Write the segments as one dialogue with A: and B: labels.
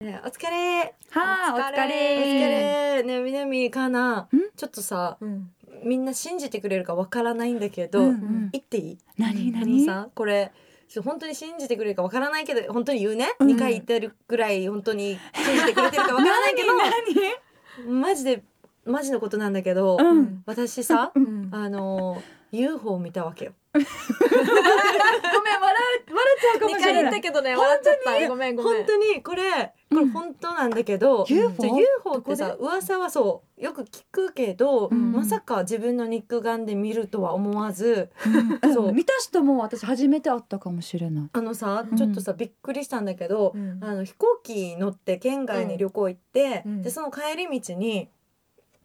A: ねお疲れ
B: はあ、お疲
A: お
B: れ。
A: 疲れねえ南かなちょっとさ
C: うん、
A: みんな信じてくれるかわからないんだけど、
B: うんうん
A: 言っていい
B: 何
A: あの
B: 何？
A: さこれちょっと本当に信じてくれるかわからないけど本当に言うね、
B: うん
A: 二2回言ってるぐらい本当に信じてくれてるかわからないけ どマジでマジのことなんだけど、
B: 何？うん。
A: 私さ
C: う、ん、
A: あの UFO 見たわけよ。
B: ごめん笑う笑っちゃうかも
C: 二
B: しれ
C: 回言っ
B: な
C: た
B: い。
C: けどね笑っちゃったごめんごめん
A: 本当にこれこ
B: う
A: れ
B: ん
A: 本当なんだけど、
C: に
B: UFO？
A: じゃあ UFO ってさ噂はそうよく聞くけど、
B: うん
A: まさか自分の肉眼で見るとは思わず
B: うん
A: そう
B: 見た人も私初めて会ったかもしれない。
A: あのさ
B: うん
A: ちょっとさ、びっくりしたんだけど、
C: うん
A: あの飛行機乗って県外に旅行行って、
C: うん
A: でその帰り道に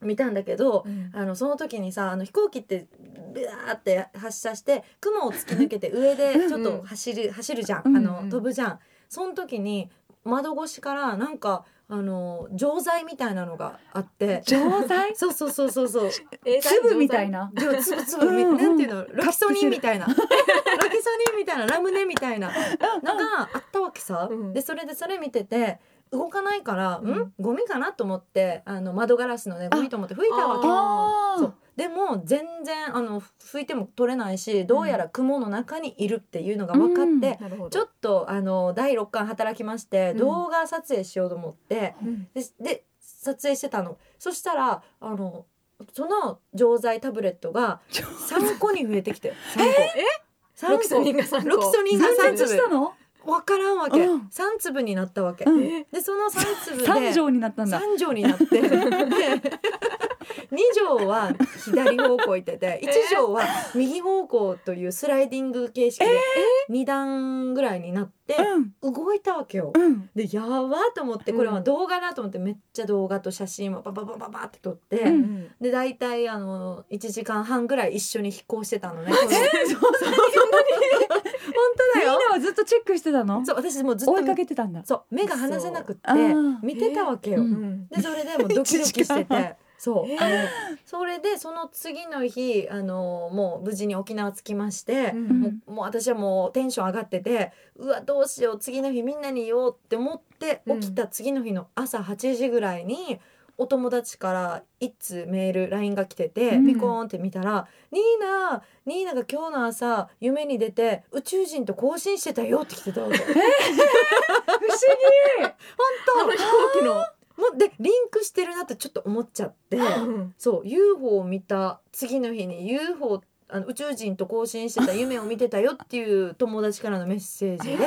A: 見たんだけど、
C: うん
A: あのその時にさあの飛行機ってブワーって発射して雲を突き抜けて上でちょっと走る走るじゃん、
B: うん
A: あ
C: う
A: の
C: ん
A: 飛ぶじゃん。その時に窓越しからなんかあの錠剤みたいなのがあって。
B: 錠剤？
A: そうそうそうそう そう。
C: 英単 語
B: 粒みたいな。
A: でもつぶつぶみ
B: うんうん
A: なんていうのロキソニン
B: カプセル
A: み たいなロキソニンみたいなラムネみたいなのがあったわけさ、
C: うん
A: でそれでそれ見てて動かないから、
C: うん
A: んゴミかなと思ってあの窓ガラスのねゴミと思って拭いたわけ
C: あ
B: あ
A: そうでも全然あの拭いても取れないしどうやら雲の中にいるっていうのが分かって、
C: なるほど
A: ちょっとあの第六感働きまして、
C: うん
A: 動画撮影しようと思って
C: うん
A: でで撮影してたのそしたらあのその錠剤タブレットが
B: 錠
A: 3個に増えて きて3個
C: ロキソニンが三個
A: ロキソニンが
B: 分
A: 3
B: 裂した
A: 粒
B: の？
A: 分からんわけ、
B: うん
A: 3粒になったわけ、
B: うん
C: え
A: でその3粒で
B: 三条になったんだ。
A: 三条になってで二条は左方向行ってて一条は右方向というスライディング形式で二段ぐらいになって
B: うん
A: 動いたわけよ。
B: うん。
A: でやばーと思って
C: うん
A: これは動画だと思ってめっちゃ動画と写真をバババババって撮って、
B: う
C: うんん
A: で大体あの1時間半ぐらい一緒に飛行してたの ね。本
B: え錠剤？
A: 当
B: みん
A: だ
B: な
A: よ
B: はずっとチェックしてたの？
A: そう私もうずっと
B: 追いかけてたんだ。
A: そう目が離せなくって
B: あー
A: 見てたわけよ。
B: うん
C: うん
A: でそれでもうドキドキして
B: 一時間
A: て。そう
C: えー
A: あのそれでその次の日あのもう無事に沖縄着きまして、
B: ん
A: もうもう私はもうテンション上がっててうわどうしよう次の日みんなに言おうって思って
C: うん
A: 起きた次の日の朝8時ぐらいにお友達から一通メール LINE が来てて、
B: うん
A: ピコーンって見たら「ニーナニーナが今日の朝夢に出て宇宙人と交信してたよ」って来てたわけ。
B: 不思
C: あの飛行機の
A: もうでリンクしてるなってちょっと思っちゃって。
C: うん
A: そう UFO を見た次の日に UFO あの宇宙人と交信して た夢を見てたよっていう友達からのメッセージで
B: 議。
A: び
B: へ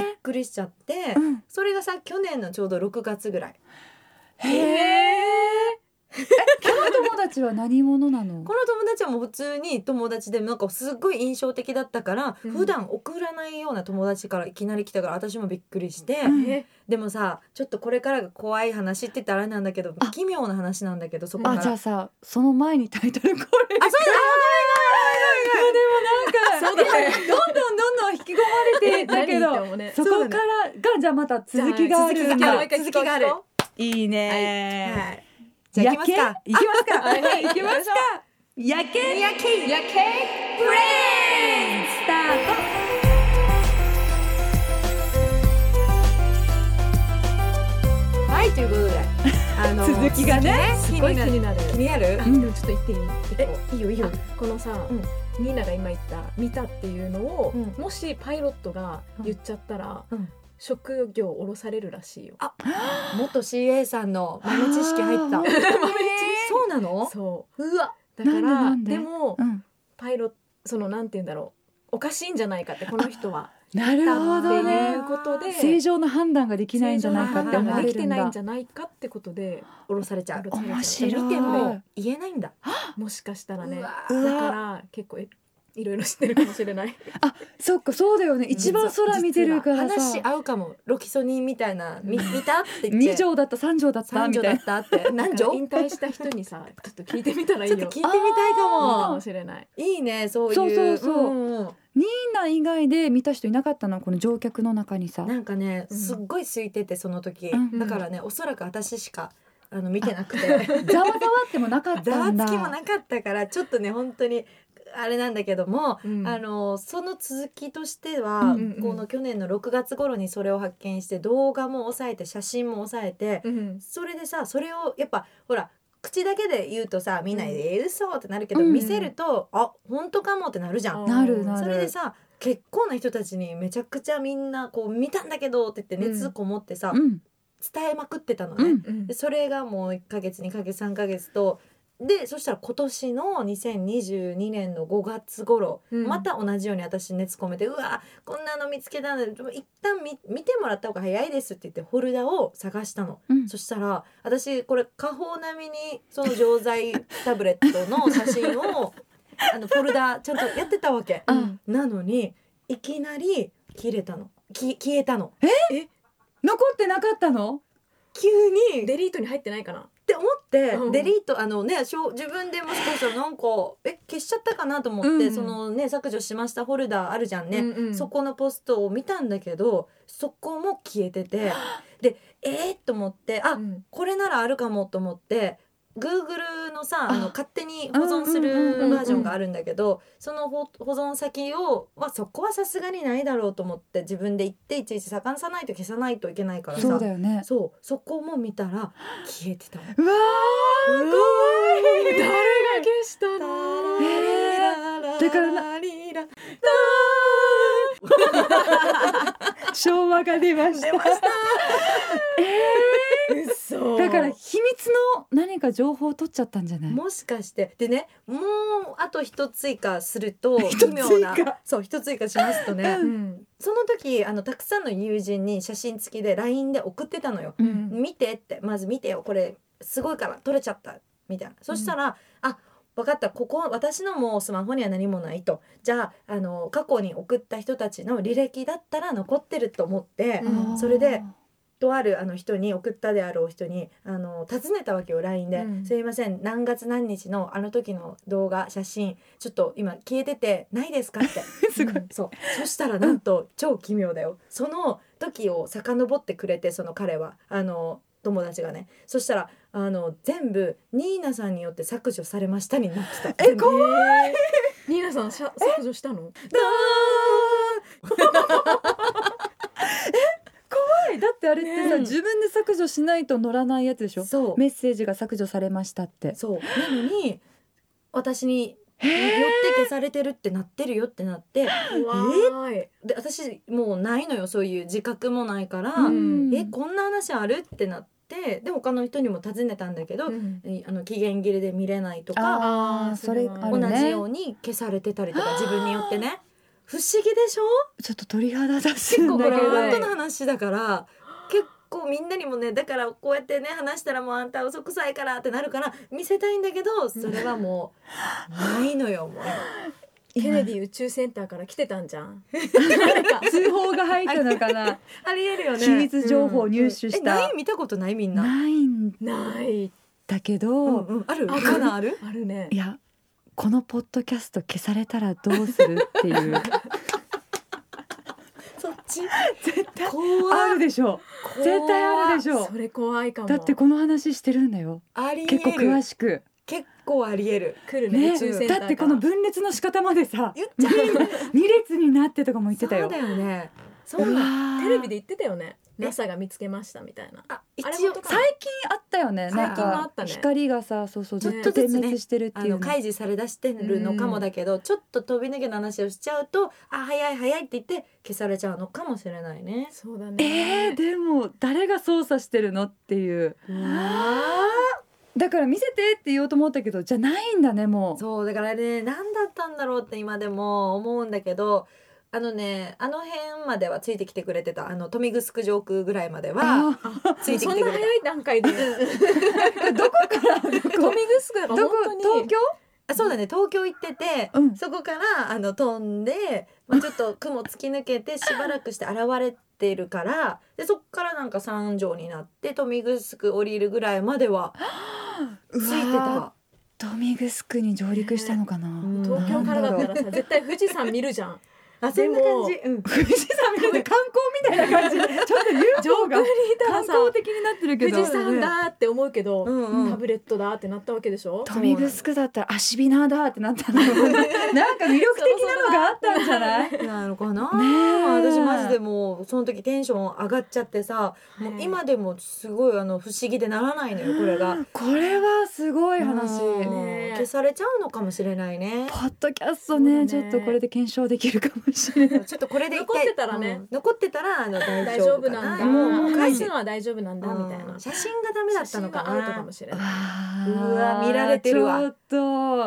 A: っ
B: え。
A: くりしちゃって
B: うん
A: それがさ去年のちょうど6月ぐらい
B: へえ。友達は何者なの
A: こ？の友達はもう普通に友達でなんかすっごい印象的だったから、
C: うん
A: 普段送らないような友達からいきなり来たから私もびっくりして、
B: うん
C: え
A: でもさちょっとこれからが怖い話って言ったらあれなんだけど
B: あ
A: 奇妙な話なんだけどそこから
B: あじゃあさその前にタイトルこれ
A: あそうだ
B: でもなんかどんどんどんどん引き込まれていったけ
C: 何言っ
B: ど
C: てもね
B: そこからがじゃあまた続きがあるん
A: じゃあ
B: だ
A: 続きがある
B: いいね
A: はい、じゃあ行きますか
B: 行きますか
C: はい行きますか
B: やけやけ
C: 夜景
B: フレンズスター
A: はいということであの
B: 続きがね
A: 続き
C: すごい
A: ね
C: 気
A: 気になる
C: になる
A: 気になる
B: ト
C: でもちょっと言っていい
A: えいいよいいよ
C: このさ、
A: うん
C: ニーナが今言った見たっていうのを、
A: うん
C: もしパイロットが言っちゃったら、
A: うん
C: 職業を降ろされるらしいよ。
A: 元 CA さんの豆知識入った
B: あー
A: そうなの
C: そう
A: うわ
C: だから
B: なんで
C: で
B: なんで
C: も
B: うん
C: パイロットそのなんて言うんだろうおかしいんじゃないかってこの人は
B: なるほ
C: って
B: ど
C: い
B: ね
C: うことで
B: 正常な判断ができないんじゃないかって思われ
C: でき
B: る
C: て
B: ん
C: ないん
B: だ
C: じゃないかってことで
A: 降ろされちゃう
C: 降ろされちゃう
B: 面白い
A: 見ても言えないんだ
C: もしかしたらね
A: う
C: だ
A: わ
B: うわ
C: から結構えいろいろ知ってるかもしれない。
B: そっかそうだよね一番空見てるから
A: 話し
B: さ
A: 合うかもロキソニンみたいなみ見たって言って
B: 二条だった三条だった
A: 三
B: み
A: 条
B: た
A: だ
B: いな
A: ったって 何
C: だ
A: 条
C: から引退した人にさちょっと聞いてみたらいい
A: ちょ
C: よ。
A: っと聞いてみ
C: い
A: たい
C: か
A: か
C: も
A: も
C: しれない。
A: いいねそういう
B: そうそうそうん
A: うん
B: ニーナ以外で見た人いなかったのこの乗客の中にさ
A: なんかね
C: うん
A: すっごい空いててその時
B: うん
A: だからねおそらく私しかあの見てなくて
B: ざわざわってもなかっ
A: ざ
B: た
A: わ
B: んだ
A: つきもなかったからちょっとね本当にあれなんだけども、
C: うん
A: あのその続きとしては、
C: うんうんうん
A: この去年の6月頃にそれを発見して動画も抑えて写真も抑えて、
C: うん
A: それでさそれをやっぱほら口だけで言うとさみんな「
C: うん
A: えー、嘘ってなるけど、
B: うん
A: 見せると「あ本当かも」ってなるじゃん。
B: なるなる
A: それでさ結構な人たちにめちゃくちゃみんなこう見たんだけどって言って熱こもってさ、
B: うん
A: 伝えまくってたのね。
B: うん
C: うん
A: でそれがもう1ヶ月2ヶ月3ヶ月とでそしたら今年の2022年の5月頃、
C: うん
A: また同じように私熱込めて「うわこんなの見つけたんだ」でも一旦見見てもらった方が早いですって言ってホルダを探したの、
B: うん
A: そしたら私これ下方並みにその錠剤 タブレットの写真をあのフォルダちゃんとやってたわけ
B: あ
A: なのにいきなり切れたのき消えたの
B: 残ってなかったの
A: 急に
C: デリートに入ってないかな
A: って思って、
C: うん
A: デリートあのねしょう自分でもしかしたらなんかえ消しちゃったかなと思って、
B: うん
A: そのね削除しましたホルダーあるじゃんね、
C: うんうん
A: そこのポストを見たんだけどそこも消えててでえー、と思ってあ、
C: うん
A: これならあるかもと思って Google のさあの
B: あ
A: 勝手に保存する
B: うんうんうんうん
A: バージョンがあるんだけどその保保存先を、まあ、そこはさすがにないだろうと思って自分で行っていちいち探さないと消さないといけないからさ
B: そうだよね
A: そうそこも見たら消えてたの。
B: うわ
A: うわ
C: 誰が消したの
A: ー
B: だからなー昭和が出ました
A: 出ました
C: 嘘
B: だから秘密の何か情報を取っちゃったんじゃない
A: もしかしてでねもうあと一追加すると
B: 一
A: 微
B: 追加
A: 妙なそう一追加しますとね
B: う
C: うん
A: その時あのたくさんの友人に写真付きで LINE で送ってたのよ。
B: うん
A: 見てってまず見てよこれすごいから撮れちゃったみたいなそしたら、あ分かったここ私のもうスマホには何もないとじゃああの過去に送った人たちの履歴だったら残ってると思って、
C: うん
A: それでとあるあの人に送ったであろう人にあの尋ねたわけよ LINE で、
C: うん
A: すいません何月何日のあの時の動画写真ちょっと今消えててないですか?」って
B: すごい
A: うんそうそしたらなんと超奇妙だよその時を遡ってくれてその彼はあの友達がねそしたらあの全部ニーナさんによって削除されましたになってたえこ
C: 怖いニーナさんしゃ削除したの
B: 怖い だってあれって
A: ね
B: さ
A: え
B: 自分で削除しないと乗らないやつでしょ
A: そう
B: メッセージが削除されましたって
A: そうなのに私に
B: へ
A: 寄
B: え
A: って消されてるってなってるよってなって
C: 怖い
A: で私もうないのよそういう自覚もないから、
B: うん
A: えこんな話あるってなってで他の人にも尋ねたんだけど、
C: うん
A: えあの期限切れで見れないとか
B: あ
C: あ
B: あ
C: ー
B: それ
C: それ
B: あ
C: は
A: 同じ
B: るね
A: ように消されてたりとか自分によってね不思議で しょ
B: ちょっと鳥肌出す
A: 結
B: ん
A: 構こ
B: だ
A: れ
B: けど
A: 本当の話だから結構みんなにもねだからこうやってね話したらもうあんた嘘くさいからってなるから見せたいんだけどそれはもうないのよもう
C: ケネデ
B: ィ
C: ィ宇宙センターから来てたんじゃん誰か
B: 通報が入ったのかな
A: ありえるよね
B: 秘密情報を入手
A: え
B: した
A: ない見たことないみんな、
B: ないん
C: ない
B: だけ
A: うん
B: ど
A: うん、ある
C: ある
A: かなある
C: あるね
B: いやこのポッドキャスト消されたらどうするっていう
A: そっち
B: 絶対
A: 怖
B: あ
A: い
B: るでしょ絶対あるでしょ
C: それ怖いかも
B: だってこの話してるんだよ
A: ありえる
B: 結構詳しく
A: 結構ありえる
C: 来るね
B: ね
C: 宇宙センター
B: だってこの分裂の仕方までさ
A: 言っちゃうよね
B: 二列になってとかも言ってたよ
A: そうだよねそう
B: うわ
A: なん
B: ー
C: テレビで言ってたよね
A: え
C: NASA が見つけましたみたいな
A: あ
C: あれ
A: 一
C: 本
A: 応
C: 当かな
B: 最近あったよねなん
A: 最近
B: か
C: はあったね
B: 光がさそうそうずっと
A: ね
B: 全滅してるって
A: あ
B: いう
A: の
B: の
A: 開示されだしてるのかもだけど、ちょっと飛び抜けの話をしちゃうとあ早い早いって言って消されちゃうのかもしれないね。
C: そうだ
B: えー、
C: ね
B: でも誰が操作してるのっていうだから見せてって言おうと思ったけどじゃないんだねもう
A: そうだからね何だったんだろうって今でも思うんだけどあのねあの辺まではついてきてくれてたあの豊見城上空ぐらいまでは
B: あ
A: ついて
C: そ
A: き
C: ん
A: て
C: な
A: くれて
C: 早い段階で
B: どこからど
C: ト
B: こ
C: ミグスクだから
B: どこ
C: 本当
B: 東
C: に
B: 京
A: あそうだね東京行ってて、
B: うん
A: そこからあの飛んで、まあ、ちょっと雲突き抜けてしばらくして現れてるからでそこからなんか三条になって豊見城降りるぐらいまではついて
B: うわ
A: た。
B: ードミグスクに上陸したのかな、
A: うん
C: 東京からだったらさ絶対富士山見るじゃん
A: あ
C: でも
A: うん
B: 富士山見るで観光みたいな感じで ちょっと UFO が
C: にいた
B: 観
C: らさ
B: 光的になってるけ
C: 富
B: ど
C: 士山だって思うけど、
A: うんうん
C: タブレットだってなったわけでしょ
B: 豊見城だったらアシビナーだって なったのなんか魅力的なのがあったんじゃな い
A: なのかな、
B: ねえ
A: 私マジでもうその時テンション上がっちゃってさ、もう今でもすごいあの不思議でならないのよこれが。
B: これはすごい話
A: うん
C: ねえ
A: 消されちゃうのかもしれないね。
B: ポッドキャスト
C: そうだ
B: ね
C: ね
B: ちょっとこれで検証できるかもし れない
A: ちょっとこれで一回
C: 残ってたらね
A: うん残ってたらあの
C: 大
A: 大
C: 丈
A: 丈
C: 夫
A: 夫かな
C: なんだ、
B: うん
C: もう
A: 返
C: 返
A: す
C: すのは大丈夫なんだみたいな、
A: 写真がダメだったのか
C: 写真がアウトか
A: な
C: もしれ
B: う
C: ない
A: わ見られてるわ
B: ちょっ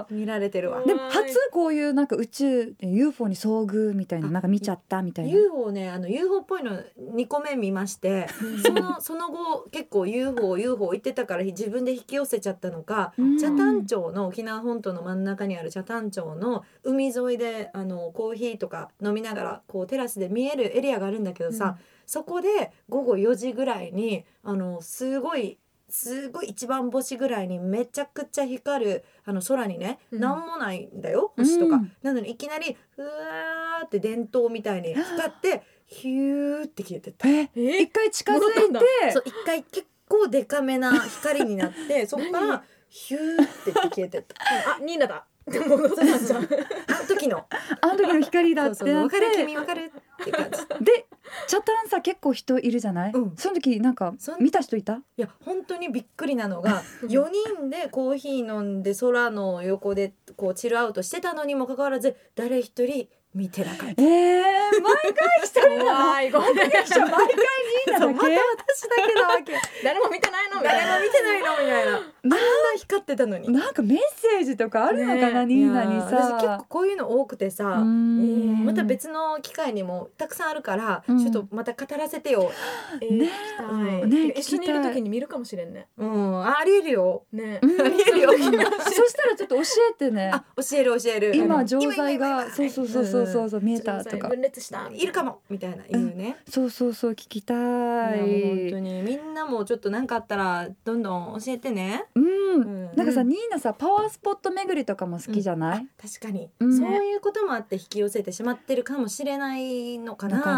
B: と
A: 見られてるわ
C: う
B: で
C: ん
B: も初こういうなんか宇宙で UFO に遭遇みたいな
A: あ
B: なんか見ちゃったみたいな
A: UFO ねあの UFO っぽいの2個目見ましてそのその後結構 UFOUFO 言ってたから自分で引き寄せちゃったのか
B: うん
A: 北谷町の沖縄本島の真ん中にある北谷町の海沿いであのコーヒーとか飲みながらこうテラスで見えるエリアがあるんだけどさ、そこで午後4時ぐらいにあのすごいすごい一番星ぐらいにめちゃくちゃ光るあの空にね、
C: うん
A: なんもないんだよ星とか、
B: うん
A: なのにいきなりふわーって電灯みたいに光ってヒューって消えてった。
B: え
C: え
B: 一回近づい
C: 戻ったんだ
A: そう一回結構デカめな光になって そこからヒューって消えてった
C: あニーナだって戻ったじゃん
A: あの 時の
B: てあの時の光だ
A: そう
B: っ
A: そ
B: て
A: う
B: なっ
A: わ
B: て
A: かる君わかるって感じ
B: でチャタンさ結構人いるじゃない、
A: うん
B: その時なんか
A: そん
B: 見た人いた
A: いや本当にびっくりなの が4人でコーヒー飲んで空の横でこうチルアウトしてたのにもかかわらず誰一人見てなかっ
B: えー、毎回一人 なの
C: 怖いごめん
B: じゃあ毎回みん
A: た
B: な
A: そうま
B: だ
A: た
B: け
A: 私だけなわ け
C: 誰も見てないのみたい
A: 誰
C: な
A: も見てないのみたいなあんな光ってたのに
B: なんかメッセージとかあるのかな、
C: ね
B: ニーナに
A: いやー私結
B: さ
A: 構こういうの多くてさ、
B: うーん
A: また別の機会にもたくさんあるから、
B: うん
A: ちょっとまた語らせてよ。
C: え
B: ね
C: 聞きたい
B: ね
C: 一緒にいる時に見るかもしれんね
A: うん、あありえるよ。
C: ね
B: うん
A: ありえるよ。
B: そしたらちょっと教えてね
A: あ、教える教える。
B: 今錠剤が
A: 今
B: そうそうそうそうそうそう見えたとか
C: 分裂した
A: いるかもみたいな言うね。
B: そうそうそう聞き
A: い
B: た
A: やもう本当
B: い
A: にみんなもちょっと何かあったらどんどん教えてね。
B: うん
A: うん
B: なんかさ
A: う
B: ニーナさパワースポット巡りとかも好きじゃない
A: 確かに、
B: うん
A: そういうこともあって引き寄せてしまってるかもしれないのか
B: だ
A: な。
B: か
A: な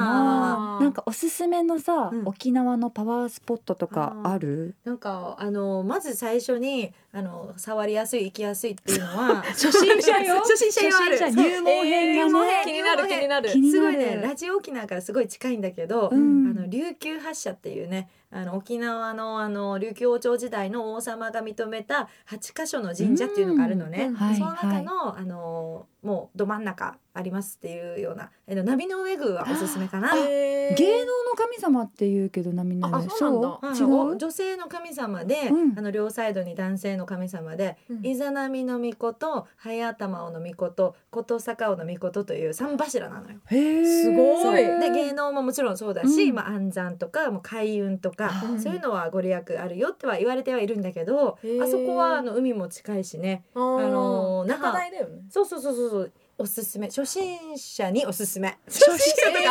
B: ななんかおすすめのさ
A: うん
B: 沖縄のパワースポットとかある
A: んかあのまず最初にあの触りやすい行きやすいっていうの は初
B: 心者よ
A: 初心者よある。
B: 初心者入門編がね
C: 気になる気になる
B: 気に
A: すご
B: ない
A: ね
B: る
A: ラジオ沖縄からすごい近いんだけど、
B: うん
A: あの琉球発射っていうねあの沖縄のあの琉球王朝時代の王様が認めた8箇所の神社っていうのがあるのね、
C: うん
B: はい
A: その中
B: はい
A: の,、あのもうど真ん中ありますっていうようなえの波の上宮はおすすめかな。
C: 芸
B: 芸能の神様って言うけどなみんな
C: あ
B: ね
C: そうなん
A: は
B: そ
A: いうお
B: 違う
A: 女性の神様で、
B: うん
A: あの両サイドに男性の神様で、
C: うん
A: イザナミの御子と早玉尾の御子と琴坂尾の御子とという三柱なのよ。
B: へー
C: すごい
A: で芸能ももちろんそうだし、
B: うん
A: まあ、安産とかもう開運とか、
B: うん
A: そういうのはご利益あるよっては言われてはいるんだけど、
C: へー
A: あそこはあの海も近いしね
C: あの
A: の那覇
C: 高台だよね
A: そうそうそうそうそうおすすめ初心者におすすめ 初
B: 心者
A: 心者と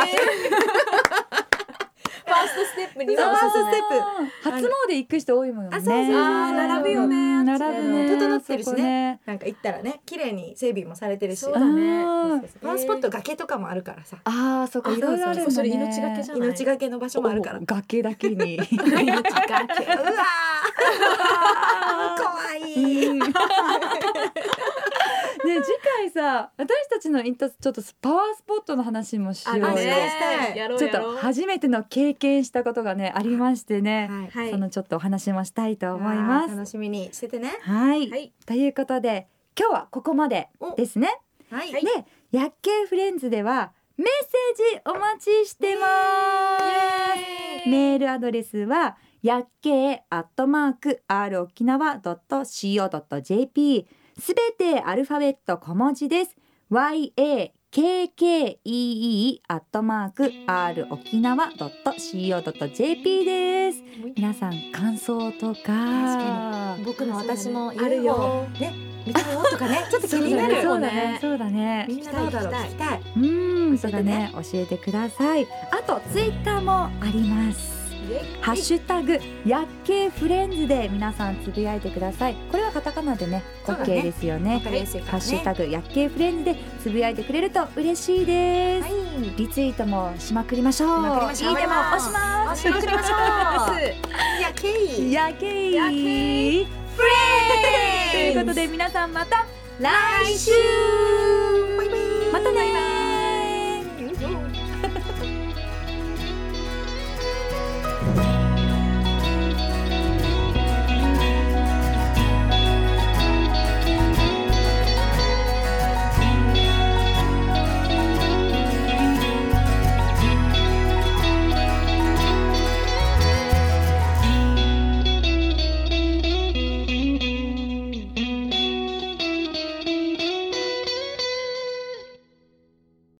A: か、
C: ファーストステップに
A: そう
C: は
A: ファーストステ
B: あー初詣行く人多いもんね
A: あそうそうそう
C: あー並ぶよね
B: うん
C: あっちね
B: 並ぶね
A: 整ってるしね
B: そこ
A: なんか行ったらね綺麗に整備もされてるし
C: そう
A: パ
C: だね
B: あー
A: ワンスポット崖とかもあるからさ
B: あー、そうか、
A: あ
B: いろいろあるんだね。
C: そうそうそれ命がけじゃん
A: 命がけの場所もあるから
B: お崖だけに。
A: うわー怖い
B: うんね次回さ私たちの行ったちょっとパワースポットの話もしようよ、
A: あね
C: やろう
B: ちょっ
C: やろ
B: と
C: う
B: 初めての経験したことがねありましてね、
A: はい
C: はい
B: そのちょっとお話もしたいと思いま
A: あー
B: す。
A: 楽しみにしててね
B: はい、
C: はい
B: ということで今日はここまでですね。
A: はい、
C: はい
B: で「薬系フレンズ」ではメッセージお待ちしてます
C: イエーイ
B: メールアドレスは薬系アットマーク r 沖縄 .co.jp すべてアルファベット小文字です yakkee アットマーク r 沖縄 .co.jp です皆さん感想とか
A: か僕も私も
C: あるよ
A: ね、見たよとか ね、ちょっと気になる。
B: そうだねそうだね
A: みんなどうだろう
C: 聞
A: 聞
C: き
A: きたい。
B: うん、そうだね、教えてください。あとツイッターもあります。ハッシュタグやっけーフレンズで皆さんつぶやいてくださいこれはカタカナでね
A: そうだ
B: OK
A: ね
B: ですよ
A: わ
B: ね
A: かりやすいからね
B: ハッシュタグやっけーフレンズでつぶやいてくれると嬉しいです、
A: はい
B: リツイートもしまくりましょう
A: まくりましょう
B: いいねも押します
A: 押しまくりましょいやケイ
B: やっけ
A: やっけ
B: ーフレンズということで皆さんまた来週
A: バイバイ
B: またねー